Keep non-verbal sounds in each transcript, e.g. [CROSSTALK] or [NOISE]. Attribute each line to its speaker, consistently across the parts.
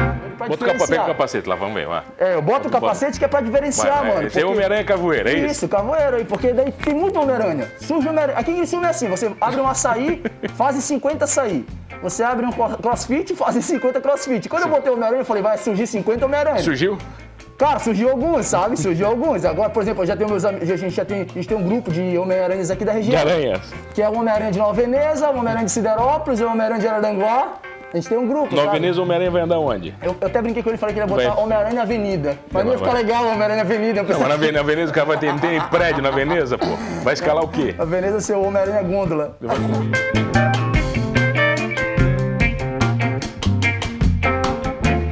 Speaker 1: pra
Speaker 2: Bota o capa- pega o
Speaker 1: diferenciar.
Speaker 2: capacete lá, vamos ver. Vai.
Speaker 1: É, eu boto o capacete que é pra
Speaker 2: Vai,
Speaker 1: diferenciar,
Speaker 2: vai.
Speaker 1: mano.
Speaker 2: Esse é
Speaker 1: porque-
Speaker 2: Homem-Aranha Cavoeira, é isso?
Speaker 1: Isso, cavoeiro aí, porque daí tem muito Homem-Aranha. Surge o Homem-Aranha. Aqui em Criciúma é assim, você abre um
Speaker 2: [LAUGHS]
Speaker 1: açaí, fazem 50 açaí. Você abre um cro- crossfit, [LAUGHS] fazem 50 crossfit. Quando eu botei o Homem-Aranha, eu falei, vai surgir 50 Homem-Aranha.
Speaker 2: Surgiu?
Speaker 1: Cara, surgiu alguns, sabe? Surgiu alguns. Agora, por exemplo, eu já tenho meus amigos, a gente já tem, a gente tem um grupo de Homem-Aranhas aqui da
Speaker 2: De
Speaker 1: região.
Speaker 2: aranhas.
Speaker 1: Que é o Homem-Aranha de Nova Veneza, o Homem-Aranha de Siderópolis, o Homem-Aranha de Araranguá. A gente tem um grupo,
Speaker 2: Nova
Speaker 1: sabe?
Speaker 2: Veneza, o Homem-Aranha vai andar onde?
Speaker 1: Eu, eu até brinquei com ele, falei que ele ia botar
Speaker 2: Vai.
Speaker 1: Homem-Aranha na Avenida. Mas não ia
Speaker 2: Vai,
Speaker 1: ficar
Speaker 2: vai.
Speaker 1: legal Homem-Aranha na Avenida.
Speaker 2: Não, mas na Veneza, na Veneza o cara vai ter. Não tem prédio na Veneza, pô. Vai escalar o quê?
Speaker 1: A Veneza ser o Homem-Aranha Gôndola.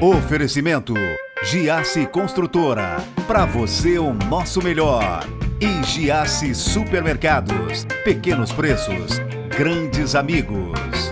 Speaker 3: Oferecimento Giasse Construtora. Para você o nosso melhor. E Giasse Supermercados. Pequenos preços, grandes amigos.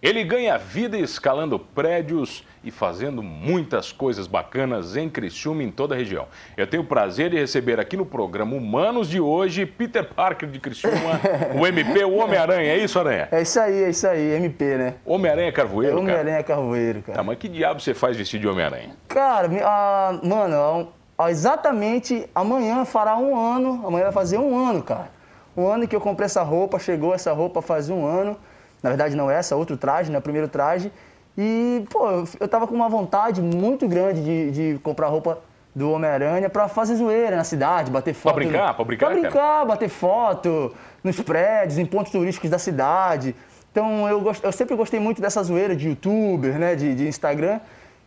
Speaker 2: Ele ganha vida escalando prédios e fazendo muitas coisas bacanas em Criciúma e em toda a região. Eu tenho o prazer de receber aqui no programa Humanos de hoje Peter Parker de Criciúma, o MP, o Homem-Aranha. É isso, Aranha?
Speaker 1: É isso aí, é isso aí, MP, né?
Speaker 2: Homem-Aranha
Speaker 1: É
Speaker 2: Carvoeiro, cara.
Speaker 1: Homem-Aranha Carvoeiro, cara.
Speaker 2: Tá, mas que diabo você faz vestido de Homem-Aranha?
Speaker 1: Cara, me- ah, mano, ah, exatamente amanhã fará um ano. Amanhã vai fazer um ano, cara. Um ano que eu comprei essa roupa, chegou essa roupa faz um ano. Na verdade, não essa, outro traje, né? Primeiro traje. E, pô, eu f- eu tava com uma vontade muito grande de, de comprar roupa do Homem-Aranha pra fazer zoeira na cidade, bater foto.
Speaker 2: brincar, pra brincar,
Speaker 1: Pra
Speaker 2: cara.
Speaker 1: brincar, é bater foto nos prédios, em pontos turísticos da cidade. Então eu, gost- eu sempre gostei muito dessa zoeira de youtuber, né? De, de Instagram.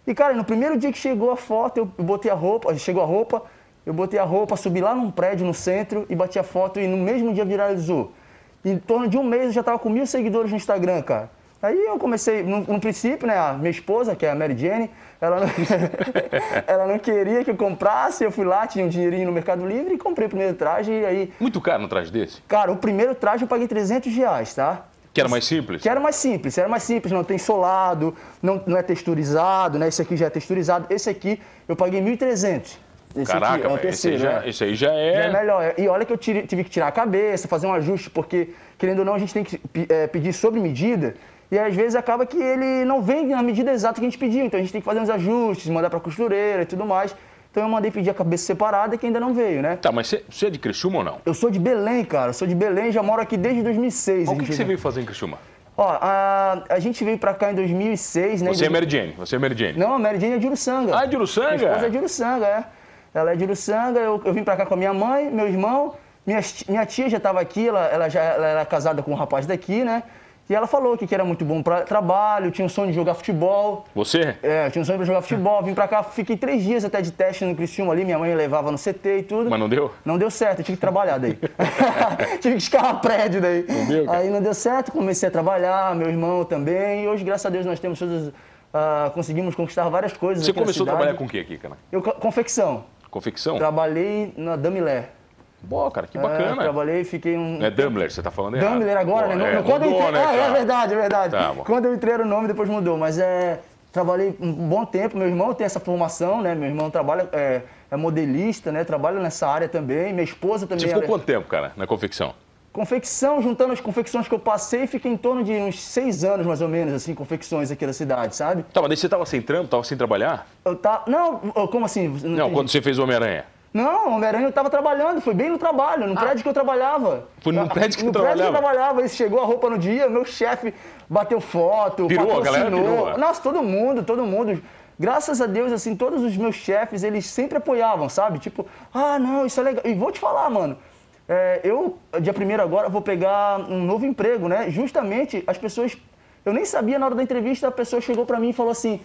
Speaker 1: E, cara, no primeiro dia que chegou a foto, eu botei a roupa, chegou a roupa, eu botei a roupa, subi lá num prédio no centro e bati a foto e no mesmo dia viralizou. Em torno de um mês eu já tava com mil seguidores no Instagram, cara. Aí eu comecei, no, no princípio, né, a minha esposa, que é a Mary Jane, ela não, [LAUGHS] ela não queria que eu comprasse, eu fui lá, tinha um dinheirinho no Mercado Livre e comprei o primeiro traje e aí...
Speaker 2: Muito caro no traje desse?
Speaker 1: Cara, o primeiro traje eu paguei 300 reais, tá?
Speaker 2: Que era mais simples?
Speaker 1: Que era mais simples, era mais simples, não tem solado, não, não é texturizado, né? Esse aqui já é texturizado. Esse aqui eu paguei 1.300. Esse aqui
Speaker 2: Caraca,
Speaker 1: é um
Speaker 2: velho, esse, aí
Speaker 1: terceiro,
Speaker 2: já-
Speaker 1: né?
Speaker 2: esse aí já
Speaker 1: Já é
Speaker 2: é...
Speaker 1: melhor. E olha que eu tirei- tive que tirar a cabeça, fazer um ajuste, porque, querendo ou não, a gente tem que pe- eh, pedir sob medida. E às vezes acaba que ele não vem na medida exata que a gente pediu. Então a gente tem que fazer uns ajustes, mandar pra costureira e tudo mais. Então eu mandei pedir a cabeça separada que ainda não veio, né?
Speaker 2: Tá, mas você- você é de Criciúma ou não?
Speaker 1: Eu sou de Belém, cara. Eu sou de Belém, já moro aqui desde 2006.
Speaker 2: Mas O que,
Speaker 1: gente.
Speaker 2: que você veio fazer em Criciúma?
Speaker 1: Ó, a, a gente veio pra cá em 2006, né?
Speaker 2: Você é
Speaker 1: Em dois-
Speaker 2: Mary Jane, você é Mary Jane.
Speaker 1: Não, a Mary Jane é de Uruçanga.
Speaker 2: Ah, de Uruçanga?
Speaker 1: Minha esposa é de Uruçanga, é. Ela é de Uruçanga, eu, eu vim pra cá com a minha mãe, meu irmão, minha, minha tia já tava aqui, ela, ela já ela era casada com um rapaz daqui, né? E ela falou que, que era muito bom pra trabalho, tinha um sonho de jogar futebol.
Speaker 2: Você?
Speaker 1: É, eu tinha um sonho pra jogar futebol, vim pra cá, fiquei três dias até de teste no Criciúma ali, minha mãe levava no CT e tudo.
Speaker 2: Mas não deu?
Speaker 1: Não deu certo, eu tive que trabalhar
Speaker 2: [LAUGHS]
Speaker 1: daí. [LAUGHS] tive que escalar prédio daí.
Speaker 2: deu, cara.
Speaker 1: Aí não deu certo, comecei a trabalhar, meu irmão também. E hoje, graças a Deus, nós temos todas. ah, conseguimos conquistar várias coisas.
Speaker 2: Você
Speaker 1: aqui na
Speaker 2: começou a
Speaker 1: cidade.
Speaker 2: trabalhar com o que aqui, cara?
Speaker 1: Eu, co- confecção.
Speaker 2: Confecção?
Speaker 1: Trabalhei na Damilé.
Speaker 2: Boa, cara, que
Speaker 1: É,
Speaker 2: bacana.
Speaker 1: trabalhei, fiquei um.
Speaker 2: Não é Dumbler, você tá falando errado.
Speaker 1: Dumbler agora,
Speaker 2: Pô,
Speaker 1: né?
Speaker 2: é,
Speaker 1: No- quando eu
Speaker 2: mudou,
Speaker 1: entrei...
Speaker 2: né,
Speaker 1: ah, é
Speaker 2: cara?
Speaker 1: verdade, é verdade.
Speaker 2: Tá bom.
Speaker 1: quando eu entrei era o nome, depois mudou. Mas é. Trabalhei um bom tempo. Meu irmão tem essa formação, né? Meu irmão trabalha, é, é modelista, né? Trabalha nessa área também. Minha esposa também. é
Speaker 2: Você ficou
Speaker 1: ela-
Speaker 2: quanto tempo, cara, na confecção?
Speaker 1: Confecção, juntando as confecções que eu passei, fica em torno de uns seis anos, mais ou menos, assim, confecções aqui da cidade, sabe?
Speaker 2: Tá, mas daí você tava sem trampo, tava sem trabalhar?
Speaker 1: Eu tá... Não, eu- como assim? Não,
Speaker 2: Não,
Speaker 1: entendi.
Speaker 2: quando você fez o Homem-Aranha.
Speaker 1: Não, Homem-Aranha eu tava trabalhando, foi bem no trabalho, no prédio que eu trabalhava.
Speaker 2: Ah.
Speaker 1: Ah,
Speaker 2: Foi num prédio que
Speaker 1: no
Speaker 2: eu
Speaker 1: prédio que eu
Speaker 2: trabalhava?
Speaker 1: trabalhava, aí chegou a roupa no dia, meu chefe bateu foto,
Speaker 2: Pirou, a galera
Speaker 1: patrocinou.
Speaker 2: pirou. é.
Speaker 1: Nossa, todo mundo, todo mundo. Graças a Deus, assim, todos os meus chefes, eles sempre apoiavam, sabe? Tipo, ah, não, isso é legal. E vou te falar, mano. é, eu, dia primeiro agora, vou pegar um novo emprego, né? Justamente as pessoas. Eu nem sabia na hora da entrevista, a pessoa chegou pra mim e falou assim: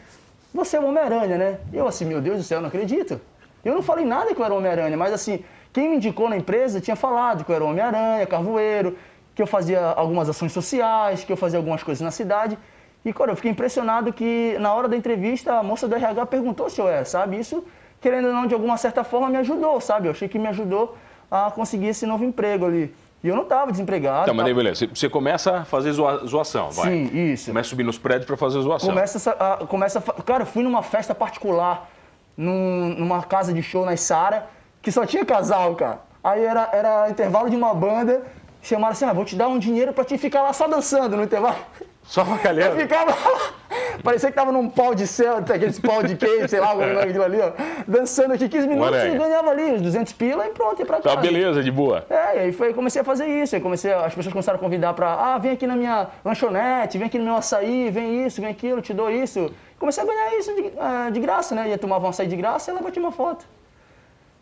Speaker 1: Você é o Homem-Aranha, né? E eu, assim, meu Deus do céu, eu não acredito. Eu não falei nada que eu era o Homem-Aranha, mas assim, quem me indicou na empresa tinha falado que eu era o Homem-Aranha, carvoeiro, que eu fazia algumas ações sociais, que eu fazia algumas coisas na cidade. E, cara, eu fiquei impressionado que na hora da entrevista a moça do RH perguntou se eu era, sabe? Isso, querendo ou não, de alguma certa forma me ajudou, sabe? Eu achei que me ajudou a conseguir esse novo emprego ali. E eu não estava desempregado.
Speaker 2: Tá, mas daí
Speaker 1: tava-
Speaker 2: beleza. Você- Você começa a fazer zoa- zoação, vai.
Speaker 1: Sim, isso.
Speaker 2: Começa a subir nos prédios pra fazer zoação.
Speaker 1: Começa, essa- a, começa a fa- Cara, eu fui numa festa particular, num- numa casa de show na Sara, que só tinha casal, cara. Aí era, era intervalo de uma banda, chamaram assim, ah, vou te dar um dinheiro pra te ficar lá só dançando no intervalo. [LAUGHS]
Speaker 2: Só pra galera.
Speaker 1: Eu ficava lá, parecia que tava num pau de céu, aqueles pau de queijo, sei lá, o
Speaker 2: É.
Speaker 1: nome daquilo ali, ó. Dançando aqui 15 minutos
Speaker 2: Moleque.
Speaker 1: e ganhava ali uns 200 pila e pronto, ia pra
Speaker 2: Tá
Speaker 1: casa.
Speaker 2: beleza, de boa.
Speaker 1: É, e aí foi, comecei a fazer isso. Aí comecei, a- as pessoas começaram a convidar pra, ah, vem aqui na minha lanchonete, vem aqui no meu açaí, vem isso, vem aquilo, te dou isso. Comecei a ganhar isso de, ah, de graça, né? Ia tomar um açaí de graça e ela batia uma foto.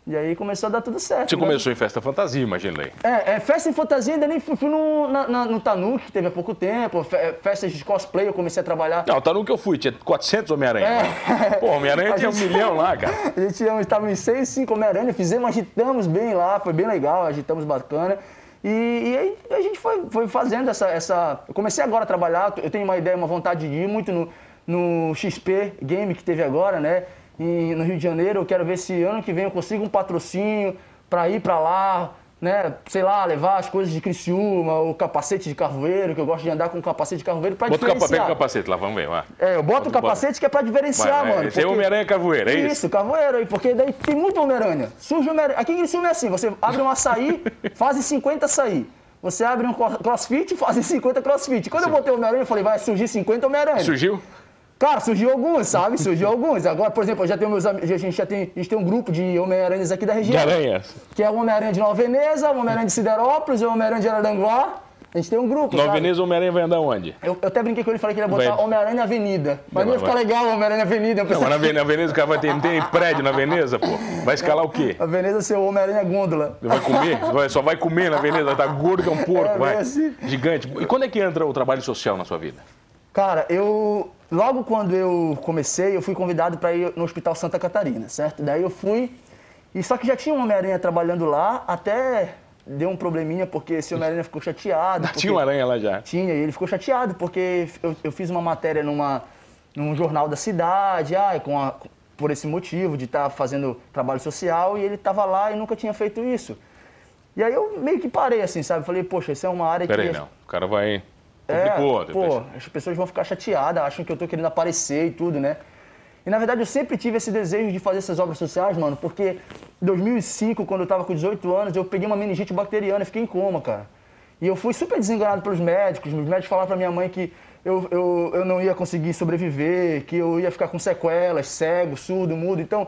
Speaker 1: E aí começou a dar tudo certo. né?
Speaker 2: Você começou em festa fantasia, imaginei.
Speaker 1: É, é, festa em fantasia ainda nem fui, fui no, na, na- no Tanuki, que teve há pouco tempo. Fe, é, festas de cosplay eu comecei a trabalhar.
Speaker 2: Não, tá no que eu fui, tinha 400 Homem-Aranha.
Speaker 1: É.
Speaker 2: Pô, Homem-Aranha
Speaker 1: A
Speaker 2: tinha um
Speaker 1: gente-
Speaker 2: milhão
Speaker 1: [LAUGHS]
Speaker 2: lá, cara.
Speaker 1: A gente estava em seis, cinco Homem-Aranha, fizemos, agitamos bem lá, foi bem legal, agitamos bacana. E, e aí a gente foi, foi fazendo essa, essa. Eu comecei agora a trabalhar, eu tenho uma ideia, uma vontade de ir muito no, no XP Game que teve agora, né? E no Rio de Janeiro, eu quero ver se ano que vem eu consigo um patrocínio para ir para lá, né? Sei lá, levar as coisas de Criciúma, o capacete de carvoeiro, que eu gosto de andar com um capacete de carvoeiro para
Speaker 2: Bota o capa- pega
Speaker 1: diferenciar.
Speaker 2: o capacete lá, vamos ver. Vai.
Speaker 1: É, eu boto o
Speaker 2: Bota-
Speaker 1: capacete que é pra diferenciar,
Speaker 2: Vai, vai.
Speaker 1: mano.
Speaker 2: Esse aí é
Speaker 1: porque-
Speaker 2: Homem-Aranha Cavoeiro, é isso?
Speaker 1: Isso, cavoeiro aí, porque daí tem muito Homem-Aranha. Surge Homem-Aranha. Aqui em Criciúma é assim, você abre um
Speaker 2: [LAUGHS]
Speaker 1: açaí, faz 50 açaí. Você abre um cro- crossfit, faz 50 crossfit. Quando eu botei o Homem-Aranha, eu falei, vai surgir 50 Homem-Aranha.
Speaker 2: Surgiu?
Speaker 1: Cara, surgiu alguns, sabe? Surgiu alguns. Agora, por exemplo, eu já tenho meus amigos, a gente já tem, a gente tem um grupo de Homem-Aranhas aqui da
Speaker 2: De
Speaker 1: região.
Speaker 2: aranha.
Speaker 1: Que é o Homem-Aranha de Nova Veneza, o Homem-Aranha de Siderópolis, o Homem-Aranha de Araranguá. A gente tem um grupo,
Speaker 2: Nova
Speaker 1: sabe?
Speaker 2: Veneza, Homem-Aranha vai andar onde?
Speaker 1: Eu, eu até brinquei com ele e falei que ele ia botar
Speaker 2: Vai.
Speaker 1: Homem-Aranha na Avenida. Mas
Speaker 2: Vai,
Speaker 1: não ia
Speaker 2: vai,
Speaker 1: ficar
Speaker 2: vai.
Speaker 1: legal Homem-Aranha na Avenida. eu
Speaker 2: Não, mas
Speaker 1: pensei-
Speaker 2: na Vene- na Veneza o cara vai ter. Não tem prédio na Veneza, pô. Vai escalar o quê?
Speaker 1: A Veneza ser o Homem-Aranha Gôndola.
Speaker 2: Vai comer? Vai- só vai comer na Veneza. Tá gordo que é um porco,
Speaker 1: É,
Speaker 2: vai.
Speaker 1: meio assim.
Speaker 2: Gigante. E quando é que entra o trabalho social na sua vida?
Speaker 1: Cara, eu. Logo quando eu comecei, eu fui convidado para ir no Hospital Santa Catarina, certo? Daí eu fui. E só que já tinha um Homem-Aranha trabalhando lá, até deu um probleminha, porque esse Homem-Aranha ficou chateado. porque-
Speaker 2: Tinha um uma aranha lá já.
Speaker 1: Tinha, e ele ficou chateado, porque eu, eu fiz uma matéria numa, num jornal da cidade, ai, com a- por esse motivo de estar fazendo trabalho social, e ele estava lá e nunca tinha feito isso. E aí eu meio que parei assim, sabe? Falei, poxa, isso é uma área que.
Speaker 2: Peraí, não. O cara vai.
Speaker 1: É,
Speaker 2: Complicou.
Speaker 1: pô,
Speaker 2: depois.
Speaker 1: as pessoas vão ficar chateadas, acham que eu tô querendo aparecer e tudo, né? E na verdade eu sempre tive esse desejo de fazer essas obras sociais, mano, porque em 2005, quando eu tava com 18 anos, eu peguei uma meningite bacteriana e fiquei em coma, cara. E eu fui super desenganado pelos médicos, os médicos falaram pra minha mãe que eu, eu, eu não ia conseguir sobreviver, que eu ia ficar com sequelas, cego, surdo, mudo. Então,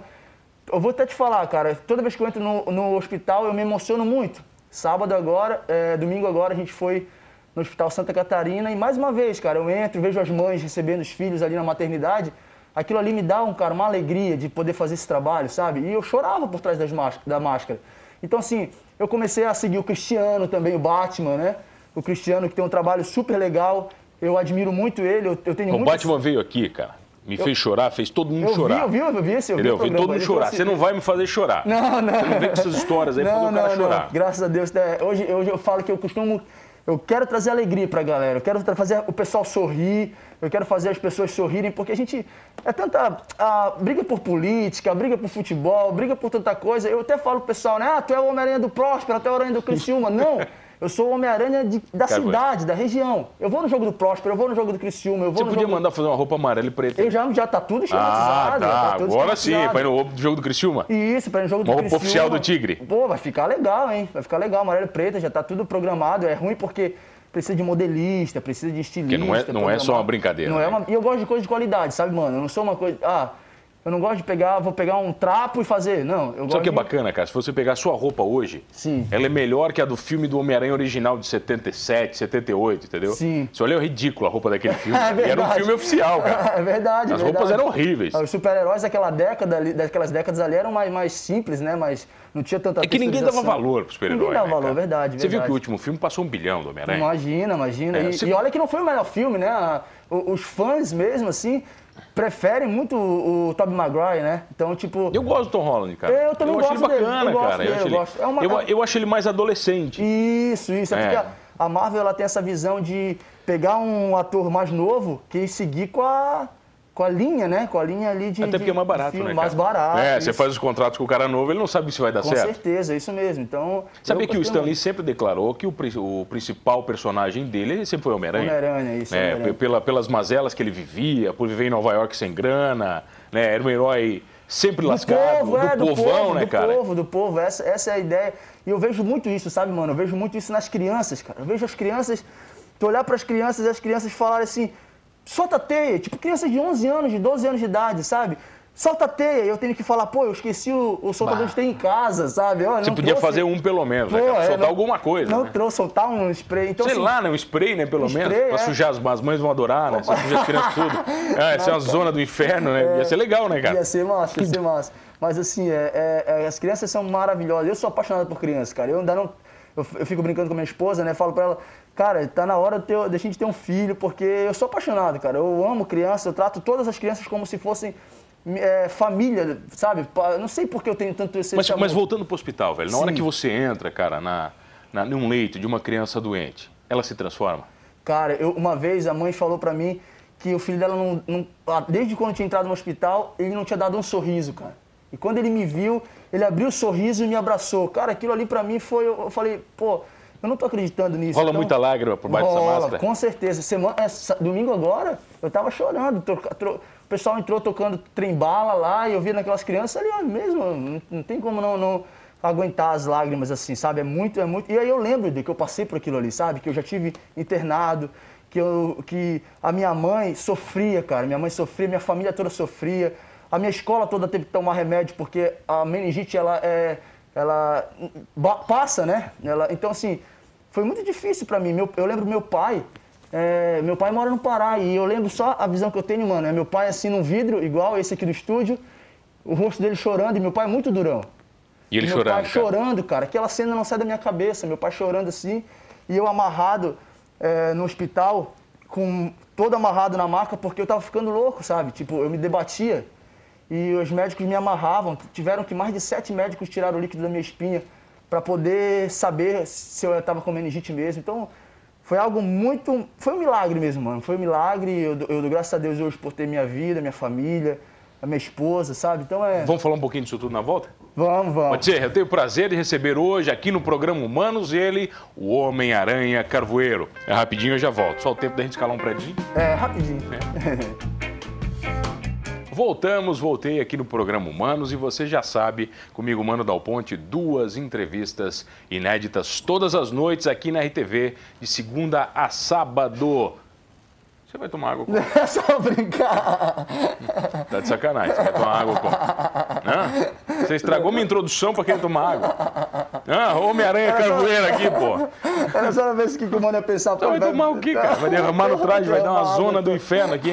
Speaker 1: eu vou até te falar, cara, toda vez que eu entro no, no hospital eu me emociono muito. Sábado agora, é, domingo agora, a gente foi no Hospital Santa Catarina e mais uma vez, cara, eu entro, vejo as mães recebendo os filhos ali na maternidade. Aquilo ali me dá um, cara, uma alegria de poder fazer esse trabalho, sabe? E eu chorava por trás das másc- da máscara. Então, assim, eu comecei a seguir o Cristiano também, o Batman, né? O Cristiano que tem um trabalho super legal. Eu admiro muito ele, eu, eu tenho
Speaker 2: Então, O
Speaker 1: muito...
Speaker 2: Batman veio aqui, cara. Me fez chorar, fez todo mundo
Speaker 1: eu vi,
Speaker 2: chorar.
Speaker 1: eu vi, eu vi esse, eu vi
Speaker 2: Entendeu?
Speaker 1: o programa, então,
Speaker 2: Vem
Speaker 1: assim,
Speaker 2: todo mundo
Speaker 1: ele
Speaker 2: chorar.
Speaker 1: trouxe-
Speaker 2: Você não vai me fazer chorar.
Speaker 1: Não, não.
Speaker 2: Você não vem com essas histórias aí pra fazer o cara chorar.
Speaker 1: Graças a Deus. né? Hoje, hoje eu falo que eu costumo. Eu quero trazer alegria pra galera, eu quero tra- fazer o pessoal sorrir, eu quero fazer as pessoas sorrirem, porque a gente. É tanta. ah, briga por política, briga por futebol, briga por tanta coisa. Eu até falo pro pessoal, né? Ah, tu é o Homem-Aranha do Próspero, tu é o Homem-Aranha do
Speaker 2: [LAUGHS]
Speaker 1: Criciúma. Não! Eu sou o Homem-Aranha de- da
Speaker 2: Cara,
Speaker 1: cidade, da região. Eu vou no jogo do Próspero, eu vou no jogo do Criciúma, eu vou
Speaker 2: Você
Speaker 1: no
Speaker 2: podia
Speaker 1: jogo.
Speaker 2: mandar fazer uma roupa amarela e preta.
Speaker 1: Eu já, já tá tudo
Speaker 2: Tipo Ah,
Speaker 1: esquematizado. já
Speaker 2: tá.
Speaker 1: tá tudo
Speaker 2: Agora sim,
Speaker 1: esquematizado.
Speaker 2: pra ir no jogo do Criciúma.
Speaker 1: Isso, para o jogo do
Speaker 2: Uma roupa
Speaker 1: Criciúma.
Speaker 2: oficial do Tigre.
Speaker 1: Pô, vai ficar legal, hein? Vai ficar legal, amarelo e preta, já tá tudo programado. É ruim porque precisa de modelista, precisa de estilista.
Speaker 2: não é- não é só
Speaker 1: programar.
Speaker 2: uma brincadeira,
Speaker 1: Não é
Speaker 2: né?
Speaker 1: uma- E eu gosto de coisa de qualidade, sabe, mano? Eu não sou uma coisa... Ah, eu não gosto de pegar, vou pegar um trapo e fazer. Não, eu gosto
Speaker 2: Sabe o que é
Speaker 1: de-
Speaker 2: bacana, cara? Se você pegar a sua roupa hoje,
Speaker 1: Sim.
Speaker 2: ela é melhor que a do filme do Homem-Aranha original de 77, 78, entendeu?
Speaker 1: Sim.
Speaker 2: Você olha, é ridículo a
Speaker 1: [LAUGHS]
Speaker 2: roupa daquele filme.
Speaker 1: É
Speaker 2: e era um
Speaker 1: verdade.
Speaker 2: filme oficial,
Speaker 1: [LAUGHS]
Speaker 2: cara.
Speaker 1: É verdade,
Speaker 2: As
Speaker 1: é
Speaker 2: roupas
Speaker 1: verdade.
Speaker 2: eram horríveis.
Speaker 1: Ah, Os super-heróis daquela década, ali- daquelas décadas ali eram mais, mais simples, né? Mas não tinha tanta
Speaker 2: É que ninguém dava
Speaker 1: texturização.
Speaker 2: valor pro super-herói.
Speaker 1: Ninguém dava
Speaker 2: né,
Speaker 1: valor,
Speaker 2: cara?
Speaker 1: verdade,
Speaker 2: Você viu que
Speaker 1: verdade.
Speaker 2: o último filme passou um bilhão do Homem-Aranha?
Speaker 1: Imagina, imagina.
Speaker 2: É,
Speaker 1: e,
Speaker 2: se-
Speaker 1: e olha que não foi o melhor filme, né? A- o- Os fãs mesmo, assim, preferem muito o, o Tobey Maguire, né? Então, tipo...
Speaker 2: Eu gosto do Tom Holland, cara.
Speaker 1: Eu também
Speaker 2: acho
Speaker 1: gosto
Speaker 2: ele
Speaker 1: dele,
Speaker 2: bacana,
Speaker 1: eu gosto
Speaker 2: cara.
Speaker 1: dele,
Speaker 2: eu,
Speaker 1: eu
Speaker 2: acho ele...
Speaker 1: gosto. É uma-
Speaker 2: eu, eu acho ele mais adolescente.
Speaker 1: Isso, isso. É
Speaker 2: É.
Speaker 1: porque a, a Marvel ela tem essa visão de pegar um ator mais novo que seguir com a... Com a linha, né? Com a linha ali de.
Speaker 2: Até porque é mais
Speaker 1: de
Speaker 2: barato,
Speaker 1: filme,
Speaker 2: né?
Speaker 1: Mais
Speaker 2: cara?
Speaker 1: barato.
Speaker 2: É,
Speaker 1: isso.
Speaker 2: você faz os contratos com o cara novo, ele não sabe se vai dar
Speaker 1: Com
Speaker 2: certo.
Speaker 1: certeza, é isso mesmo. Então.
Speaker 2: Sabia
Speaker 1: eu
Speaker 2: que o
Speaker 1: gostei
Speaker 2: Stan Lee
Speaker 1: muito.
Speaker 2: sempre declarou que o, pri- o principal personagem dele sempre foi o Homem-Aranha.
Speaker 1: Homem-Aranha, isso,
Speaker 2: É,
Speaker 1: Homem-Aranha.
Speaker 2: pe- pela- pelas mazelas que ele vivia, por viver em Nova York sem grana, né? Era um herói sempre lascado,
Speaker 1: povo, é,
Speaker 2: do,
Speaker 1: do
Speaker 2: povão,
Speaker 1: povo,
Speaker 2: né,
Speaker 1: do
Speaker 2: cara?
Speaker 1: povo, do povo. Essa, essa é a ideia. E eu vejo muito isso, sabe, mano? Eu vejo muito isso nas crianças, cara. Eu vejo as crianças, tu olhar pras crianças e as crianças falarem assim, solta a teia. Tipo, crianças de 11 anos, de 12 anos de idade, sabe? Solta a teia. E eu tenho que falar, pô, eu esqueci o, o soltador
Speaker 2: Bah.
Speaker 1: de teia em casa, sabe? Eu,
Speaker 2: Você podia fazer um pelo menos, né, cara? Soltar alguma coisa,
Speaker 1: é, Não
Speaker 2: né?
Speaker 1: trouxe, soltar um spray. Então,
Speaker 2: Sei
Speaker 1: assim,
Speaker 2: lá, né? Um spray, né? Pelo
Speaker 1: Um
Speaker 2: menos.
Speaker 1: spray,
Speaker 2: pra
Speaker 1: é.
Speaker 2: sujar as, as mães vão adorar, né? Só suja as crianças tudo.
Speaker 1: [LAUGHS]
Speaker 2: É, essa é uma zona do inferno, né? Ia ser legal, né, cara?
Speaker 1: É. Ia ser massa, ia ser massa. Mas assim, é- é- é, as crianças são maravilhosas. Eu sou apaixonado por crianças, cara. Eu ainda não. Eu, eu fico brincando com a minha esposa, né? Falo pra ela, cara, tá na hora de, ter, de a gente ter um filho, porque eu sou apaixonado, cara. Eu amo criança, eu trato todas as crianças como se fossem é, família, sabe? Pa- Não sei por que eu tenho tanto esse
Speaker 2: Mas,
Speaker 1: esse
Speaker 2: mas
Speaker 1: amor.
Speaker 2: voltando pro hospital, velho. Na hora
Speaker 1: Sim.
Speaker 2: que você entra, cara, na, na, num leito de uma criança doente, ela se transforma?
Speaker 1: Cara, eu- uma vez a mãe falou pra mim que o filho dela não, não- ah, Desde quando tinha entrado no hospital, ele não tinha dado um sorriso, cara. E quando ele me viu, ele abriu o sorriso e me abraçou. Cara, aquilo ali pra mim foi. Eu eu falei, pô, eu não tô acreditando nisso.
Speaker 2: Rola
Speaker 1: Então,
Speaker 2: muita lágrima por baixo dessa
Speaker 1: rola,
Speaker 2: máscara?
Speaker 1: Com certeza. Semana, essa- domingo agora, eu tava chorando. Troca- tro- o pessoal entrou tocando trem-bala lá e eu vi naquelas crianças ali, ó, mesmo, não, não tem como não, não aguentar as lágrimas assim, sabe? É muito, é muito. E aí eu lembro de que eu passei por aquilo ali, sabe? Que eu já tive internado, que, eu, que a minha mãe sofria, cara. Minha mãe sofria, minha família toda sofria. A minha escola toda teve que tomar remédio porque a meningite, ela é. Ela ba- passa, né? Ela, então, assim, foi muito difícil pra mim. Meu- eu lembro meu pai, é, meu pai mora no Pará e eu lembro só a visão que eu tenho, mano. É meu pai assim num vidro, igual esse aqui do estúdio, o rosto dele chorando e meu pai muito durão.
Speaker 2: E ele
Speaker 1: meu
Speaker 2: chorando,
Speaker 1: pai
Speaker 2: cara.
Speaker 1: chorando, cara. Aquela cena não sai da minha cabeça. Meu pai chorando assim e eu amarrado é, no hospital, com todo amarrado na maca porque eu tava ficando louco, sabe? Tipo, eu me debatia e os médicos me amarravam. Tiveram que mais de sete médicos tiraram o líquido da minha espinha para poder saber se eu tava com meningite mesmo. Então, foi algo muito. Foi um milagre mesmo, mano. Foi um milagre. Eu, dou- eu dou graças a Deus hoje por ter minha vida, minha família, a minha esposa, sabe? Então é.
Speaker 2: Vamos falar um pouquinho disso tudo na volta?
Speaker 1: Vamos, vamos.
Speaker 2: Pode ser, eu tenho o prazer de receber hoje aqui no programa Humanos ele, o Homem-Aranha Carvoeiro. É rapidinho, eu já volto. Só o tempo da gente escalar um prédio.
Speaker 1: É, rapidinho.
Speaker 2: Voltamos, voltei aqui no programa Humanos e você já sabe, comigo, Mano Dal Ponte, duas entrevistas inéditas todas as noites aqui na RTV, de segunda a sábado. Você vai
Speaker 1: [LAUGHS]
Speaker 2: tomar água com
Speaker 1: É só brincar.
Speaker 2: Tá de sacanagem, você vai tomar água com. Hã? Você estragou minha introdução pra querer tomar água. Ah, Homem-Aranha Carvoeiro aqui, pô.
Speaker 1: Era só ver o que que o mano ia pensar.
Speaker 2: Então vai tomar o quê, cara? Vai derramar no traje, vai dar uma zona do inferno aqui.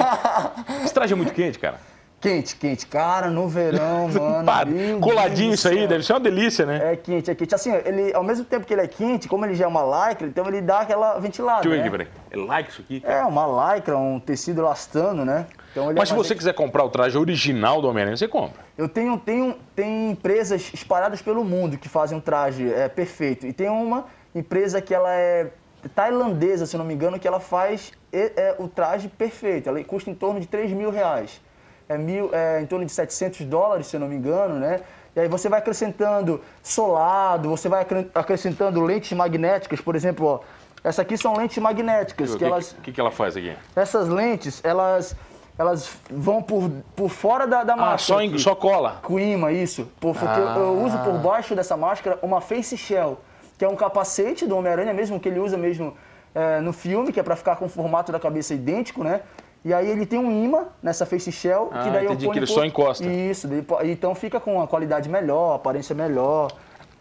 Speaker 2: Esse traje é muito quente, cara.
Speaker 1: Quente, quente. Cara, no
Speaker 2: [LAUGHS]
Speaker 1: verão, mano.
Speaker 2: Pá,
Speaker 1: meu
Speaker 2: coladinho
Speaker 1: Deus
Speaker 2: isso
Speaker 1: do
Speaker 2: aí,
Speaker 1: céu.
Speaker 2: deve ser uma delícia, né?
Speaker 1: É quente, é quente. Assim, ele, ao mesmo tempo que ele é quente, como ele já é uma lycra, então ele dá aquela ventilada.
Speaker 2: Deixa eu ver aqui,
Speaker 1: né?
Speaker 2: peraí. É like isso aqui, cara.
Speaker 1: É, uma lycra, um tecido elastano, né? Então ele
Speaker 2: Mas
Speaker 1: é
Speaker 2: se
Speaker 1: mais-
Speaker 2: você quiser comprar o traje original do Homem-Aranha, você compra.
Speaker 1: Eu tenho, tenho tem empresas espalhadas pelo mundo que fazem um traje é, perfeito. E tem uma empresa que ela é tailandesa, se não me engano, que ela faz e- é, o traje perfeito. Ela custa em torno de 3 mil reais. É, mil, é em torno de 700 dólares, se eu não me engano, né? E aí você vai acrescentando solado, você vai acre- acrescentando lentes magnéticas, por exemplo, ó. Essa aqui são lentes magnéticas, que
Speaker 2: O que,
Speaker 1: elas
Speaker 2: que, que ela faz aqui?
Speaker 1: essas lentes, elas, elas vão por, por fora da, da máscara.
Speaker 2: Ah, só, em-
Speaker 1: aqui.
Speaker 2: só cola.
Speaker 1: Coima, isso. Por- Porque eu, eu uso
Speaker 2: Ah.
Speaker 1: por baixo dessa máscara uma face shell, que é um capacete do Homem-Aranha mesmo, que ele usa mesmo é, no filme, que é pra ficar com o formato da cabeça idêntico, né? E aí ele tem um imã nessa face shell,
Speaker 2: Ah,
Speaker 1: que daí
Speaker 2: entendi,
Speaker 1: eu ponho
Speaker 2: que ele
Speaker 1: por-
Speaker 2: só encosta.
Speaker 1: Isso, daí po- então fica com uma qualidade melhor, aparência melhor,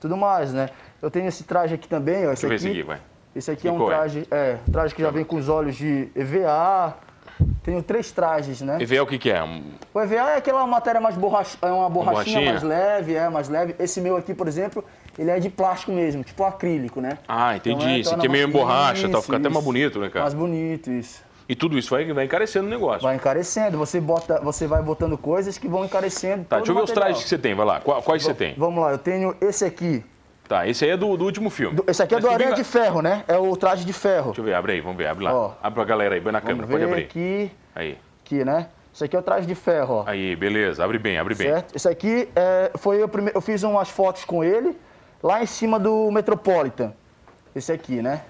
Speaker 1: tudo mais, né? Eu tenho esse traje aqui também, ó. Esse
Speaker 2: eu ver
Speaker 1: aqui,
Speaker 2: esse aqui, vai.
Speaker 1: Esse aqui é
Speaker 2: E
Speaker 1: um
Speaker 2: qual é?
Speaker 1: traje, é, traje que já vem com os olhos de EVA. Tenho três trajes, né?
Speaker 2: E vê o que, que é. Um-
Speaker 1: O EVA é aquela matéria mais borracha, é uma borrachinha,
Speaker 2: borrachinha?
Speaker 1: mais leve, é mais leve. Esse meu aqui, por exemplo, ele é de plástico mesmo, tipo acrílico, né?
Speaker 2: Ah, entendi.
Speaker 1: Então,
Speaker 2: esse
Speaker 1: torna
Speaker 2: aqui é meio em
Speaker 1: mais-
Speaker 2: borracha, tá?
Speaker 1: Isso,
Speaker 2: Fica até mais
Speaker 1: isso.
Speaker 2: bonito, né, cara?
Speaker 1: Mais bonito isso.
Speaker 2: E tudo isso vai, vai encarecendo o negócio.
Speaker 1: Vai encarecendo, você bota, você vai botando coisas que vão encarecendo.
Speaker 2: Tá,
Speaker 1: todo
Speaker 2: deixa eu
Speaker 1: o
Speaker 2: ver os
Speaker 1: material.
Speaker 2: trajes que você tem, vai lá. Qua- Quais você tem?
Speaker 1: Vamos lá, eu tenho esse aqui.
Speaker 2: Tá, esse aí é do, do último filme.
Speaker 1: Do- Esse aqui é
Speaker 2: Mas
Speaker 1: do
Speaker 2: que
Speaker 1: Aranha
Speaker 2: vem-
Speaker 1: de Ferro, né? É o traje de ferro.
Speaker 2: Deixa eu ver, abre aí, vamos ver, abre lá.
Speaker 1: Ó.
Speaker 2: Abre pra galera aí, põe na câmera,
Speaker 1: Vamos
Speaker 2: pode
Speaker 1: ver
Speaker 2: abrir.
Speaker 1: aqui,
Speaker 2: Aí,
Speaker 1: aqui, né? Isso aqui é o traje de ferro, ó.
Speaker 2: aí, beleza, abre bem, abre bem.
Speaker 1: Certo? Esse aqui é, foi o primeiro. Eu fiz umas fotos com ele lá em cima do Metropolitan. Esse aqui, né?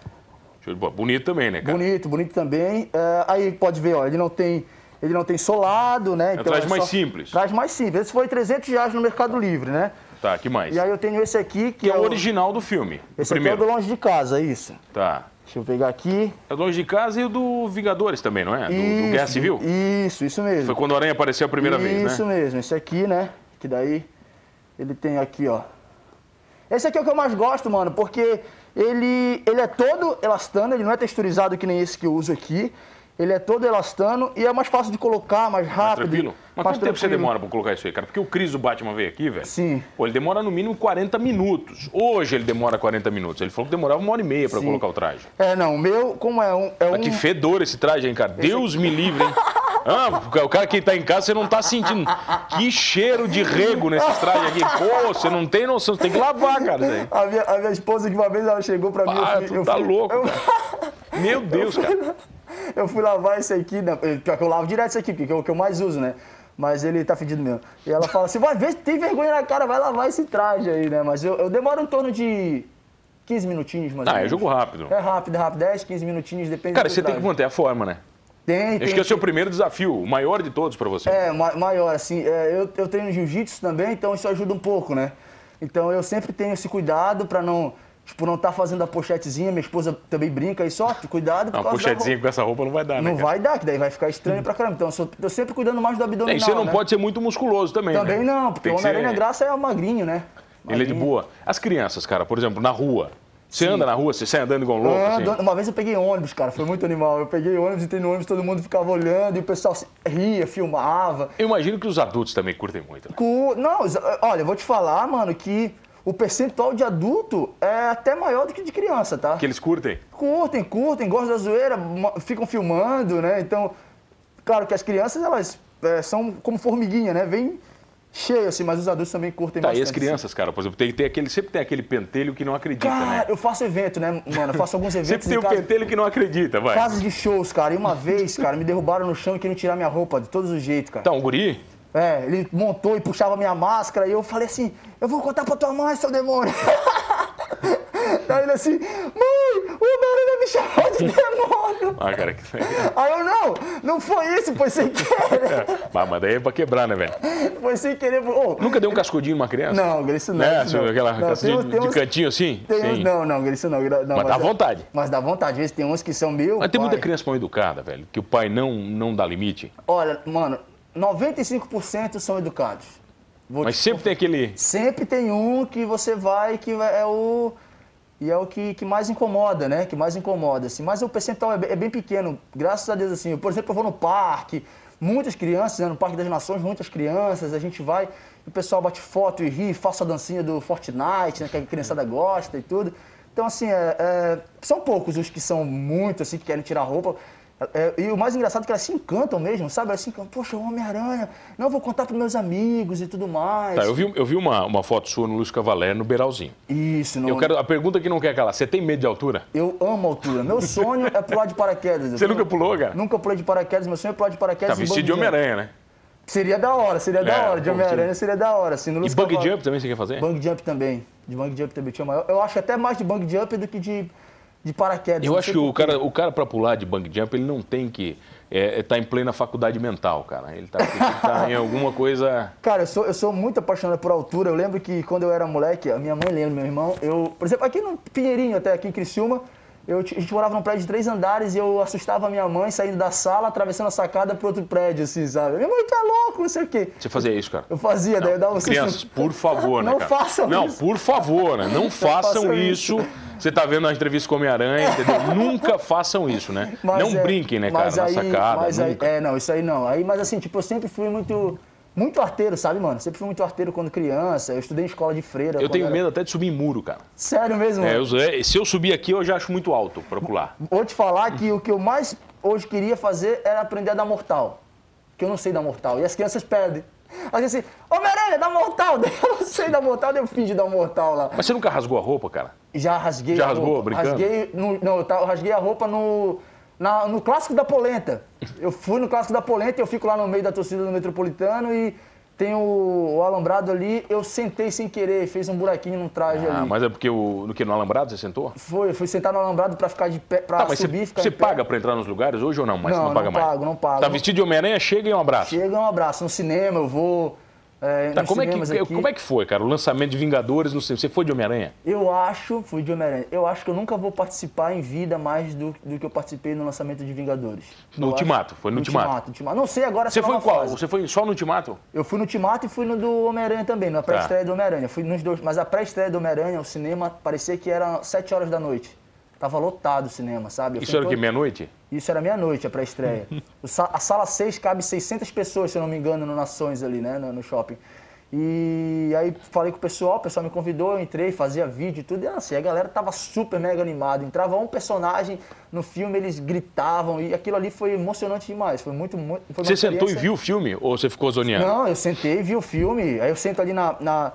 Speaker 2: Show de bola. Bonito também, né, cara?
Speaker 1: É, Bonito, bonito também. É, aí pode ver, ó, ele não tem ele não tem solado, né?
Speaker 2: traz
Speaker 1: é
Speaker 2: mais simples.
Speaker 1: Traz mais simples. Esse foi 300 reais no Mercado Livre, né?
Speaker 2: Tá, que mais?
Speaker 1: E aí eu tenho esse aqui, que,
Speaker 2: Que é o
Speaker 1: o-
Speaker 2: original do filme. o
Speaker 1: Esse aqui é
Speaker 2: primeiro.
Speaker 1: o do longe de casa, é isso.
Speaker 2: Tá.
Speaker 1: Deixa eu pegar aqui.
Speaker 2: É do Longe de Casa e o do Vingadores também, não é? Do, do Guerra
Speaker 1: Isso,
Speaker 2: Civil?
Speaker 1: Isso, isso mesmo.
Speaker 2: Foi quando o Aranha apareceu a primeira
Speaker 1: isso
Speaker 2: vez, né?
Speaker 1: mesmo, esse aqui, né? Que daí ele tem aqui, ó. Esse aqui é o que eu mais gosto, mano, porque ele, ele é todo elastano, ele não é texturizado que nem esse que eu uso aqui. Ele é todo elastano e é mais fácil de colocar, mais
Speaker 2: Tá
Speaker 1: rápido.
Speaker 2: Tranquilo? Mas
Speaker 1: mais
Speaker 2: quanto tempo você
Speaker 1: tranquilo.
Speaker 2: demora pra colocar isso aí, cara? Porque o Cris do Batman veio aqui, velho.
Speaker 1: Sim.
Speaker 2: Pô, ele demora no mínimo 40 minutos. Hoje ele demora 40 minutos. Ele falou que demorava uma hora e meia pra
Speaker 1: Sim.
Speaker 2: colocar o traje.
Speaker 1: É, não, o meu, como é um. É
Speaker 2: Mas que
Speaker 1: um...
Speaker 2: fedor esse traje, hein, cara? Deus me livre,
Speaker 1: [LAUGHS]
Speaker 2: hein? Ah, o cara que tá em casa, você não tá sentindo. Que cheiro de rego nesses trajes aqui. Pô, você não tem noção. Você tem que lavar, cara. isso aí.
Speaker 1: A minha, a minha esposa, de uma vez, ela chegou pra mim. eu
Speaker 2: Ah,
Speaker 1: fui,
Speaker 2: tu
Speaker 1: eu
Speaker 2: tá
Speaker 1: fui-
Speaker 2: louco,
Speaker 1: eu-
Speaker 2: cara. Meu Deus, cara.
Speaker 1: Eu fui lavar esse aqui, né? pior que eu lavo direto esse aqui, porque é o que eu mais uso, né? Mas ele tá fedido mesmo. E ela fala assim, vai ver, tem vergonha na cara, vai lavar esse traje aí, né? Mas eu, eu demoro em torno de 15 minutinhos, mais ou
Speaker 2: Ah, é
Speaker 1: menos.
Speaker 2: jogo rápido.
Speaker 1: É rápido, é rápido, 10, 15 minutinhos, depende
Speaker 2: Cara,
Speaker 1: do
Speaker 2: você tem que
Speaker 1: traje.
Speaker 2: manter a forma, né?
Speaker 1: Tem,
Speaker 2: Eu
Speaker 1: tem.
Speaker 2: Acho que esse é o primeiro desafio, o maior de todos pra você.
Speaker 1: É, ma- maior, assim. é, eu, eu treino jiu-jitsu também, então isso ajuda um pouco, né? Então eu sempre tenho esse cuidado pra não... Tipo, não tá fazendo a pochetezinha, minha esposa também brinca aí, só cuidado. por causa
Speaker 2: Uma
Speaker 1: da roupa.
Speaker 2: puxadinha com essa roupa não vai dar, né?
Speaker 1: Não
Speaker 2: cara?
Speaker 1: vai dar, que daí vai ficar estranho pra caramba. Então, eu sou- tô sempre cuidando mais do abdominal.
Speaker 2: É, e você Hum. não
Speaker 1: né?
Speaker 2: pode ser muito musculoso também.
Speaker 1: Também
Speaker 2: né?
Speaker 1: não, porque
Speaker 2: Tem
Speaker 1: o
Speaker 2: que ser-
Speaker 1: Homem-Aranha Graça é magrinho, né?
Speaker 2: Ele é de boa. As crianças, cara, por exemplo, na rua. Você anda na rua, você sai andando igual um louco,
Speaker 1: Ah,
Speaker 2: assim.
Speaker 1: do- Uma vez eu peguei ônibus, cara, foi muito animal. Eu peguei ônibus, entrei no ônibus, todo mundo ficava olhando e o pessoal se- ria, filmava.
Speaker 2: Eu imagino que os adultos também curtem muito. né?
Speaker 1: Com- Não, os- olha, eu vou te falar, mano, que o percentual de adulto é até maior do que de criança, tá?
Speaker 2: Que eles curtem.
Speaker 1: Curtem, curtem, gostam da zoeira, ma- ficam filmando, né? Então, claro que as crianças, elas é, são como formiguinha, né? Vem cheio, assim, mas os adultos também curtem
Speaker 2: Tá, e
Speaker 1: bastante. assim.
Speaker 2: as crianças, cara, por exemplo, tem, tem aquele, sempre tem aquele pentelho que não acredita,
Speaker 1: Cara,
Speaker 2: né?
Speaker 1: eu faço evento, né, mano? Eu faço
Speaker 2: [LAUGHS]
Speaker 1: alguns eventos
Speaker 2: Sempre tem
Speaker 1: em
Speaker 2: o
Speaker 1: casa,
Speaker 2: pentelho que não acredita, vai.
Speaker 1: casas de shows, cara. E uma vez, cara, me derrubaram no chão e queriam tirar minha roupa de todos os jeitos, cara.
Speaker 2: Tá, um guri?
Speaker 1: É, ele montou e puxava minha máscara e eu falei assim, eu vou contar pra tua mãe, seu demônio. [LAUGHS] Daí ele assim, mãe, o Homem-Aranha me chamou de [LAUGHS] demônio.
Speaker 2: Ah, cara, que... [LAUGHS]
Speaker 1: Aí eu, não, não foi isso, foi sem
Speaker 2: [LAUGHS]
Speaker 1: querer.
Speaker 2: Ah, mas daí é pra quebrar, né, velho?
Speaker 1: Foi sem querer. Ô,
Speaker 2: Nunca deu um cascudinho numa criança?
Speaker 1: não, isso não.
Speaker 2: Né?
Speaker 1: isso não.
Speaker 2: Aquela
Speaker 1: Não,
Speaker 2: cascudinha
Speaker 1: tem uns-
Speaker 2: de,
Speaker 1: tem
Speaker 2: de
Speaker 1: uns-
Speaker 2: cantinho assim?
Speaker 1: tem uns-
Speaker 2: Sim.
Speaker 1: não, não, Grace não. gra- não
Speaker 2: Mas dá vontade.
Speaker 1: Mas dá vontade. Às vezes tem uns que são mil.
Speaker 2: Mas tem muita criança mal educada, velho, que o pai não, não dá limite.
Speaker 1: Olha, mano, 95% são educados. Vou
Speaker 2: Mas
Speaker 1: te-
Speaker 2: sempre tem aquele.
Speaker 1: Sempre tem um que você vai que é o. E é o que, que mais incomoda, né? Que mais incomoda, assim. Mas o percentual é, be- é bem pequeno, graças a Deus, assim. Por exemplo, eu vou no parque, muitas crianças, né? no Parque das Nações, muitas crianças, a gente vai, o pessoal bate foto e ri, faça a dancinha do Fortnite, né? Que a criançada gosta e tudo. Então, assim, é- é- são poucos os que são muito, assim, que querem tirar a roupa. É, e o mais engraçado é que elas se encantam mesmo, sabe? Elas se encantam, poxa, Homem-Aranha, não, eu vou contar pros meus amigos e tudo mais.
Speaker 2: Tá, eu vi, eu vi uma, uma foto sua no Luiz Cavaler no Beralzinho.
Speaker 1: Isso, não.
Speaker 2: Eu quero, a pergunta que não quer calar: você tem medo de altura?
Speaker 1: Eu amo altura. Meu sonho é pular de paraquedas.
Speaker 2: Você nunca pulou, cara?
Speaker 1: Nunca pulei de paraquedas, meu sonho é pular de paraquedas.
Speaker 2: Tá
Speaker 1: e
Speaker 2: vestido
Speaker 1: bungee
Speaker 2: de
Speaker 1: jump.
Speaker 2: Homem-Aranha, né?
Speaker 1: Seria da hora, seria
Speaker 2: É,
Speaker 1: da hora. De
Speaker 2: pô,
Speaker 1: Homem-Aranha seria da hora. Assim, no
Speaker 2: E
Speaker 1: Luz
Speaker 2: bug
Speaker 1: Cavalo-
Speaker 2: jump também você quer fazer?
Speaker 1: Bungee jump também. De bungee jump também. Tinha maior. Eu acho até mais de bungee jump do que de, de paraquedas.
Speaker 2: Eu
Speaker 1: Não
Speaker 2: acho
Speaker 1: sei
Speaker 2: que o
Speaker 1: por quê.
Speaker 2: cara, o cara para pular de bang jump, ele não tem que. É, é, tá em plena faculdade mental, cara. Ele tá, ele tá em alguma coisa.
Speaker 1: Cara, eu sou, eu sou muito apaixonado por altura. Eu lembro que quando eu era moleque, a minha mãe lembra, meu irmão, eu, por exemplo, aqui no Pinheirinho, até aqui em Criciúma, eu, ti- a gente morava num prédio de três andares e eu assustava a minha mãe saindo da sala, atravessando a sacada pro outro prédio, assim, sabe? Minha mãe tá louco, não sei o quê.
Speaker 2: Você fazia isso, cara.
Speaker 1: Eu fazia, daí eu dava um
Speaker 2: Crianças,
Speaker 1: susto.
Speaker 2: por favor, né,
Speaker 1: Não
Speaker 2: cara?
Speaker 1: façam
Speaker 2: não,
Speaker 1: isso.
Speaker 2: por favor, né? Não façam
Speaker 1: façam
Speaker 2: isso. Você tá vendo a entrevista com o Homem-Aranha, entendeu?
Speaker 1: [LAUGHS]
Speaker 2: nunca façam isso, né?
Speaker 1: [LAUGHS] Mas
Speaker 2: não
Speaker 1: é-
Speaker 2: brinquem, né, cara,
Speaker 1: mas
Speaker 2: na
Speaker 1: aí-
Speaker 2: sacada.
Speaker 1: mas aí-
Speaker 2: nunca.
Speaker 1: é, não, isso aí não. Aí, mas assim, tipo, eu sempre fui muito. Muito arteiro, sabe, mano? Sempre fui muito arteiro quando criança. Eu estudei em escola de freira.
Speaker 2: Eu
Speaker 1: quando
Speaker 2: tenho
Speaker 1: era-
Speaker 2: medo até de subir em muro, cara.
Speaker 1: Sério mesmo?
Speaker 2: É,
Speaker 1: mano?
Speaker 2: eu- é, se eu subir aqui, eu já acho muito alto pra pular.
Speaker 1: Vou te falar que o que eu mais hoje queria fazer era aprender a dar mortal. Que eu não sei dar mortal. E as crianças pedem. Aí assim, Homem-Aranha, dá mortal. [LAUGHS] Daí Eu não sei dar mortal, daí eu fingi dar mortal lá.
Speaker 2: Mas você nunca rasgou a roupa, cara?
Speaker 1: Já rasguei
Speaker 2: Já
Speaker 1: a
Speaker 2: rasgou,
Speaker 1: roupa.
Speaker 2: brincando?
Speaker 1: Rasguei no, não, eu, tava, eu rasguei a roupa no, na- no clássico da polenta. Eu fui no clássico da polenta, eu fico lá no meio da torcida do metropolitano e tem o, o alambrado ali, eu sentei sem querer, fez um buraquinho no traje
Speaker 2: Ah,
Speaker 1: ali.
Speaker 2: mas é porque o, no que? No alambrado você sentou?
Speaker 1: Foi, fui sentar no alambrado pra ficar de pé, pra
Speaker 2: Tá, mas
Speaker 1: subir,
Speaker 2: você,
Speaker 1: ficar
Speaker 2: você
Speaker 1: Ah, em pé.
Speaker 2: paga pra entrar nos lugares hoje ou não? Mas
Speaker 1: Não,
Speaker 2: não paga
Speaker 1: não
Speaker 2: mais.
Speaker 1: pago, não pago.
Speaker 2: Tá vestido de Homem-Aranha, chega e um abraço.
Speaker 1: Chega um abraço, no cinema eu vou. É,
Speaker 2: Tá,
Speaker 1: nos
Speaker 2: como é,
Speaker 1: cinemas
Speaker 2: que,
Speaker 1: aqui.
Speaker 2: como é que foi, cara? O lançamento de Vingadores, não sei. Você foi de Homem-Aranha?
Speaker 1: Eu acho, fui de Homem-Aranha, eu acho que eu nunca vou participar em vida mais do, do que eu participei no lançamento de Vingadores.
Speaker 2: No
Speaker 1: Eu
Speaker 2: Ultimato, foi no Ultimato.
Speaker 1: Ultimato. Não sei agora
Speaker 2: Você
Speaker 1: se tá
Speaker 2: foi em
Speaker 1: na
Speaker 2: qual?
Speaker 1: fase.
Speaker 2: Você foi só no Ultimato?
Speaker 1: Eu fui no Ultimato e fui no do Homem-Aranha também,
Speaker 2: Tá.
Speaker 1: na pré-estreia do Homem-Aranha. Fui nos dois, mas a pré-estreia do Homem-Aranha, o cinema, parecia que era 7 horas da noite. Tava lotado o cinema, sabe? Eu
Speaker 2: Isso
Speaker 1: fui em
Speaker 2: era o que,
Speaker 1: todo-
Speaker 2: meia-noite?
Speaker 1: Isso era meia-noite, a
Speaker 2: [LAUGHS]
Speaker 1: pré-estreia. O sa- a sala 6 cabe 600 pessoas, se eu não me engano, no Nações ali, né? No, no shopping. E aí falei com o pessoal, o pessoal me convidou, eu entrei, fazia vídeo e tudo. E assim, a galera tava super mega animada. Entrava um personagem no filme, eles gritavam. E aquilo ali foi emocionante demais. Foi muito, muito. Foi uma
Speaker 2: Você sentou e
Speaker 1: experiência-
Speaker 2: viu o filme? Ou você ficou zoneando?
Speaker 1: não, eu sentei, vi o filme. Aí eu sento ali na, na,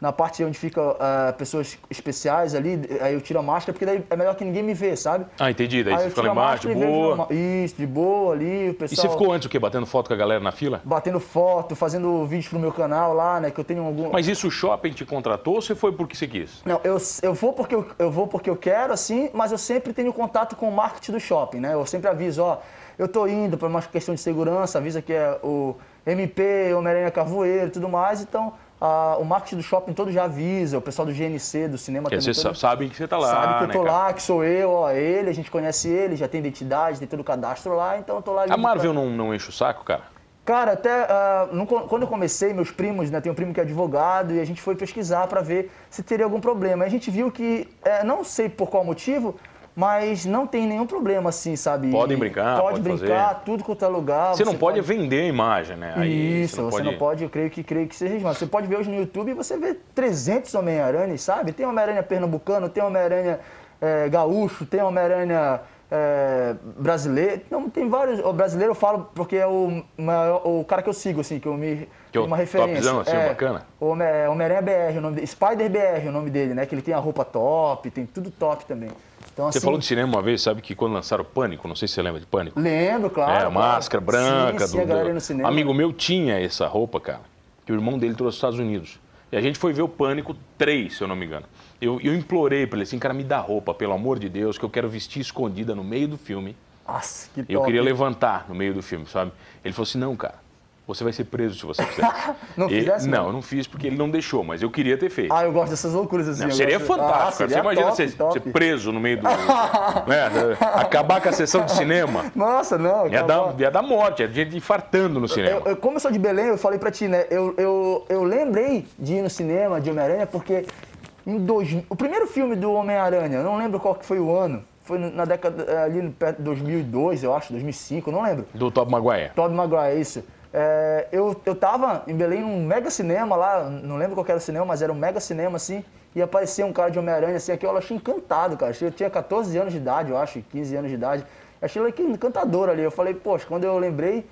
Speaker 1: na parte onde fica ah, pessoas especiais ali, aí eu tiro a máscara, porque daí é melhor que ninguém me vê, sabe?
Speaker 2: Ah, entendi. Daí
Speaker 1: aí
Speaker 2: você
Speaker 1: eu
Speaker 2: ficou
Speaker 1: tiro
Speaker 2: lá
Speaker 1: a
Speaker 2: embaixo,
Speaker 1: máscara e vejo
Speaker 2: boa.
Speaker 1: normal. Isso, de boa ali, o pessoal...
Speaker 2: E você ficou antes o quê? Batendo foto com a galera na fila?
Speaker 1: Batendo foto, fazendo vídeos pro meu canal lá, né? Que eu tenho algum...
Speaker 2: Mas isso o shopping te contratou ou você foi porque você quis?
Speaker 1: Não, eu, eu, vou porque eu, eu vou porque eu quero, assim, mas eu sempre tenho contato com o marketing do shopping, né? Eu sempre aviso, ó, eu tô indo para uma questão de segurança, avisa que é o MP, Homem-Aranha Carvoeiro e tudo mais, então ah, o marketing do shopping todo já avisa, o pessoal do GNC, do cinema
Speaker 2: Quer
Speaker 1: também.
Speaker 2: dizer, sa-
Speaker 1: todo-
Speaker 2: sabem que você tá lá,
Speaker 1: sabe que eu
Speaker 2: né,
Speaker 1: tô
Speaker 2: cara?
Speaker 1: lá, que sou eu, ó, ele, a gente conhece ele, já tem identidade, tem todo o cadastro lá, então eu tô lá.
Speaker 2: A
Speaker 1: livre pra-
Speaker 2: Marvel não, não enche o saco, cara?
Speaker 1: Cara, até ah, no- quando eu comecei, meus primos, né? Tem um primo que é advogado e a gente foi pesquisar para ver se teria algum problema. E a gente viu que, eh, não sei por qual motivo, mas não tem nenhum problema assim, sabe?
Speaker 2: Podem brincar,
Speaker 1: pode,
Speaker 2: pode
Speaker 1: brincar, tudo quanto é lugar.
Speaker 2: Você não pode, vender a imagem, né? Aí
Speaker 1: Isso, você não, pode... eu creio que creio que seja isso, mas Você pode ver hoje no YouTube e você vê 300 Homem-Aranhas, sabe? Tem Homem-Aranha pernambucano, tem Homem-Aranha eh, gaúcho, tem Homem-Aranha eh, brasileiro. Não, tem vários. O brasileiro eu falo porque é o, maior- o cara que eu sigo, assim, que eu me.
Speaker 2: Que é o
Speaker 1: uma referência.
Speaker 2: topzão, assim,
Speaker 1: é,
Speaker 2: bacana?
Speaker 1: o Homem- é, Homem-Aranha BR, o nome dele. Spider BR, o nome dele, né? Que ele tem a roupa top, tem tudo top também. Então,
Speaker 2: Você
Speaker 1: assim,
Speaker 2: falou de cinema uma vez, sabe que quando lançaram o Pânico, não sei se você lembra de Pânico.
Speaker 1: Lembro, claro.
Speaker 2: É,
Speaker 1: Ah, claro.
Speaker 2: máscara branca.
Speaker 1: Sim, sim, a galera ia no cinema.
Speaker 2: Amigo meu tinha essa roupa, cara, que o irmão dele trouxe dos Estados Unidos. E a gente foi ver o Pânico 3, se eu não me engano. Eu, eu implorei pra ele assim, cara, me dá roupa, pelo amor de Deus, que eu quero vestir escondida no meio do filme.
Speaker 1: Nossa, que top.
Speaker 2: Eu queria levantar no meio do filme, sabe? Ele falou assim, não, cara, você vai ser preso se você fizer.
Speaker 1: [LAUGHS] Não
Speaker 2: E-
Speaker 1: fizesse,
Speaker 2: Não,
Speaker 1: não?
Speaker 2: eu não fiz porque ele não deixou, mas eu queria ter feito.
Speaker 1: Ah, eu gosto dessas loucuras assim.
Speaker 2: Não,
Speaker 1: eu
Speaker 2: seria
Speaker 1: gosto- Ah,
Speaker 2: fantástico. cara.
Speaker 1: seria
Speaker 2: você imagina tipo,
Speaker 1: top,
Speaker 2: você,
Speaker 1: top.
Speaker 2: você preso no
Speaker 1: [LAUGHS]
Speaker 2: meio do. né? Acabar com a sessão de cinema.
Speaker 1: Nossa, não.
Speaker 2: Ia
Speaker 1: calma.
Speaker 2: dar, ia dar morte, ia gente infartando no cinema.
Speaker 1: Tá Eu, eu- como eu sou de Belém, eu falei pra ti, né? Eu, eu, eu lembrei de ir no cinema de Homem-Aranha porque em dois, o primeiro filme do Homem-Aranha, eu não lembro qual que foi o ano, foi no- na década eh, ali no perto de 2002, eu acho, 2005, eu não lembro.
Speaker 2: Do Top Maguire.
Speaker 1: Tobey Maguire, isso. É, eu, eu tava em Belém num mega cinema lá, não lembro qual que era o cinema, mas era um mega cinema assim, e aparecia um cara de Homem-Aranha assim, aqui eu achei encantado, cara. Achei- Eu tinha 14 anos de idade, eu acho, 15 anos de idade. Achei ele aqui encantador ali. Eu falei, poxa, quando eu lembrei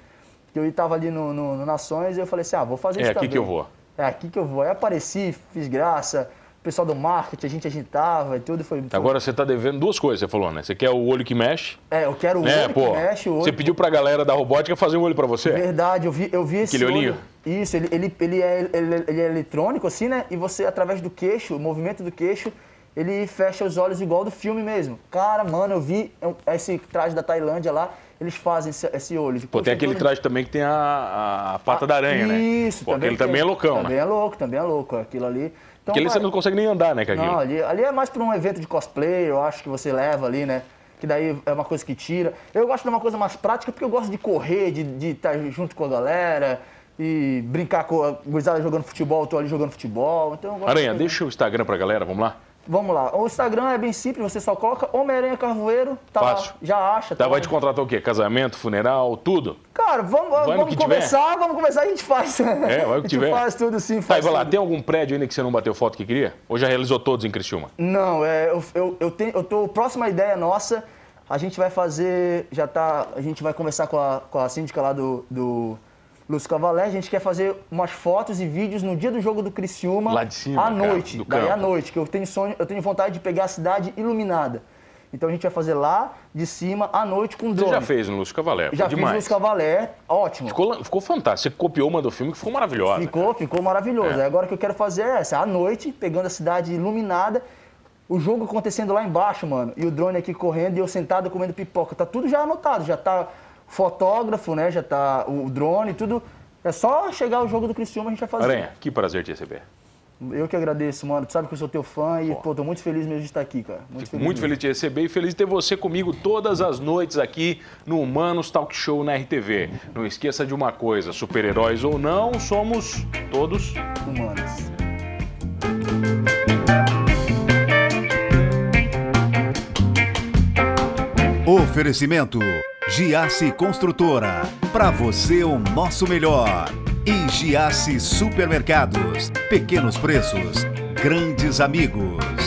Speaker 1: que eu tava ali no, no, no Nações, eu falei assim, ah, vou fazer
Speaker 2: É
Speaker 1: isso
Speaker 2: aqui
Speaker 1: também.
Speaker 2: que eu vou.
Speaker 1: É aqui que eu vou. Aí apareci, fiz graça, o pessoal do marketing, a gente agitava e tudo, foi... foi-
Speaker 2: Agora você tá devendo duas coisas, você falou, né? Você quer o olho que mexe,
Speaker 1: É, eu quero o olho
Speaker 2: né, pô?
Speaker 1: que mexe, o olho
Speaker 2: Você pediu pra galera da robótica fazer o olho pra você?
Speaker 1: Verdade, eu vi, eu vi esse
Speaker 2: É. Aquele
Speaker 1: olho.
Speaker 2: olhinho.
Speaker 1: Isso, ele, ele, ele, é, ele, ele é eletrônico, assim, né? E você, através do queixo, o movimento do queixo, ele fecha os olhos igual do filme mesmo. Cara, mano, eu vi eu- esse traje da Tailândia lá, eles fazem esse, esse olho.
Speaker 2: Pô, tem aquele traje também que tem a, a- a pata da aranha, né?
Speaker 1: Isso,
Speaker 2: Pô, aquele
Speaker 1: tem.
Speaker 2: também é loucão,
Speaker 1: Também
Speaker 2: né?
Speaker 1: é louco, também é louco aquilo ali. Então,
Speaker 2: Aquele você
Speaker 1: cara,
Speaker 2: não consegue nem andar, né, com aquilo.
Speaker 1: não, ali, ali é mais para um evento de cosplay, eu acho que você leva ali, né? Que daí é uma coisa que tira. Eu gosto de uma coisa mais prática porque eu gosto de correr, de estar junto com a galera e brincar com a gurizada jogando futebol, eu tô ali jogando futebol. Então eu gosto
Speaker 2: Aranha,
Speaker 1: de-
Speaker 2: deixa o Instagram pra galera, vamos lá?
Speaker 1: Vamos lá. O Instagram é bem simples, você só coloca Homem-Aranha Carvoeiro, tá lá,
Speaker 2: Fácil.
Speaker 1: já acha.
Speaker 2: Tá,
Speaker 1: tá
Speaker 2: vai
Speaker 1: lá.
Speaker 2: te contratar o quê? Casamento, funeral, tudo?
Speaker 1: Cara, vamos,
Speaker 2: no
Speaker 1: vamos
Speaker 2: que tiver.
Speaker 1: conversar, vamos conversar, a gente faz.
Speaker 2: É, vai o que
Speaker 1: [LAUGHS] A gente
Speaker 2: tiver.
Speaker 1: faz tudo sim,
Speaker 2: Tá, e
Speaker 1: faz
Speaker 2: vai lá,
Speaker 1: tudo.
Speaker 2: tem algum prédio ainda que você não bateu foto que queria? Ou já realizou todos em Criciúma?
Speaker 1: Não, é, eu, eu, eu tenho, eu tô, próxima ideia nossa, a gente vai fazer, já tá, a gente vai conversar com a, com a síndica lá do, do Lúcio Cavalé, a gente quer fazer umas fotos e vídeos no dia do jogo do Criciúma.
Speaker 2: Lá de cima,
Speaker 1: À
Speaker 2: cara,
Speaker 1: noite,
Speaker 2: do
Speaker 1: daí à
Speaker 2: campo.
Speaker 1: noite, que eu tenho sonho, eu tenho vontade de pegar a cidade iluminada. Então a gente vai fazer lá de cima à noite com
Speaker 2: Você
Speaker 1: drone.
Speaker 2: já fez no Lúcio Cavalé, foi
Speaker 1: Já fiz
Speaker 2: demais.
Speaker 1: Luiz Cavalé, ótimo.
Speaker 2: Ficou, la- ficou fantástico. Você copiou uma do filme que ficou maravilhosa.
Speaker 1: Ficou, ficou maravilhoso. Aí Agora o que eu quero fazer é essa, à noite, pegando a cidade iluminada, o jogo acontecendo lá embaixo, mano. E o drone aqui correndo e eu sentado comendo pipoca. Tá tudo já anotado, já tá fotógrafo, né? Já tá o drone, tudo. É só chegar o jogo do Cristiano a gente vai fazer.
Speaker 2: Aranha, que prazer te receber.
Speaker 1: Eu que agradeço, mano. Tu sabe que eu sou teu fã e, pô, tô muito feliz mesmo de estar aqui, cara. Muito
Speaker 2: Fico muito
Speaker 1: mesmo.
Speaker 2: feliz de te receber e feliz de ter você comigo todas as noites aqui no Humanos Talk Show na RTV. Não esqueça de uma coisa: super-heróis ou não, somos todos
Speaker 1: Humanos.
Speaker 3: Oferecimento Giasse Construtora. Para você o nosso melhor. E Giasse Supermercados. Pequenos preços, grandes amigos.